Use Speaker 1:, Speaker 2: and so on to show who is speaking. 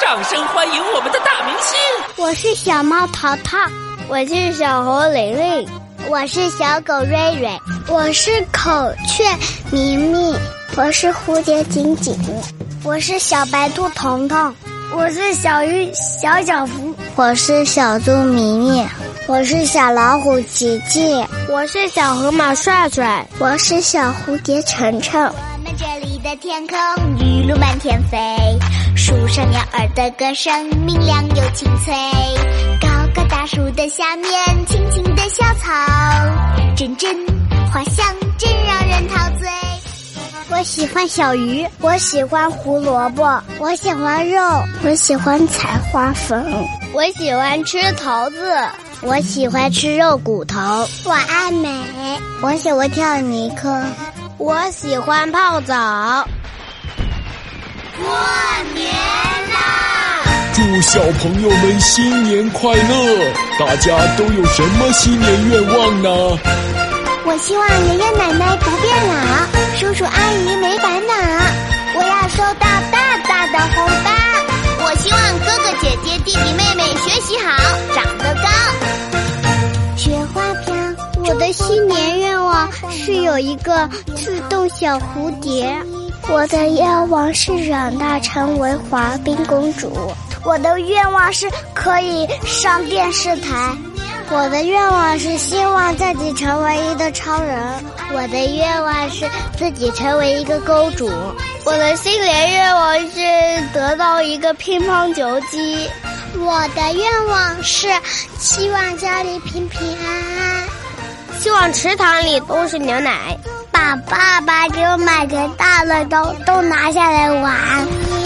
Speaker 1: 掌声欢迎我们的大明星！
Speaker 2: 我是小猫淘淘，
Speaker 3: 我是小猴蕾蕾，
Speaker 4: 我是小狗瑞瑞，
Speaker 5: 我是孔雀明明，
Speaker 6: 我是蝴蝶锦锦，
Speaker 7: 我是小白兔彤彤，
Speaker 8: 我是小鱼小小福，
Speaker 9: 我是小猪迷迷，
Speaker 10: 我是小老虎琪琪，
Speaker 11: 我是小河马帅帅，
Speaker 12: 我是小蝴蝶晨晨。
Speaker 13: 我们这里的天空，雨露满天飞。树上鸟儿的歌声明亮又清脆，高高大树的下面，青青的小草，阵阵花香真让人陶醉。
Speaker 2: 我喜欢小鱼，
Speaker 14: 我喜欢胡萝卜，
Speaker 15: 我喜欢肉，
Speaker 16: 我喜欢采花粉，
Speaker 17: 我喜欢吃桃子，
Speaker 18: 我喜欢吃肉骨头，
Speaker 19: 我爱美，
Speaker 20: 我喜欢跳泥坑，
Speaker 21: 我喜欢泡澡。
Speaker 22: 过年啦！
Speaker 23: 祝小朋友们新年快乐！大家都有什么新年愿望呢？
Speaker 24: 我希望爷爷奶奶不变老，叔叔阿姨没烦恼。
Speaker 25: 我要收到大大的红包。
Speaker 26: 我希望哥哥姐姐、弟弟妹妹学习好，长得高。
Speaker 27: 雪花飘。
Speaker 28: 我的新年愿望是有一个自动小蝴蝶。
Speaker 29: 我的愿望是长大成为滑冰公主。
Speaker 30: 我的愿望是可以上电视台。
Speaker 31: 我的愿望是希望自己成为一个超人。
Speaker 32: 我的愿望是自己成为一个公主。
Speaker 33: 我的新年愿望是得到一个乒乓球机。
Speaker 34: 我的愿望是希望家里平平安安，
Speaker 35: 希望池塘里都是牛奶。
Speaker 36: 爸爸给我买个大乐高，都拿下来玩。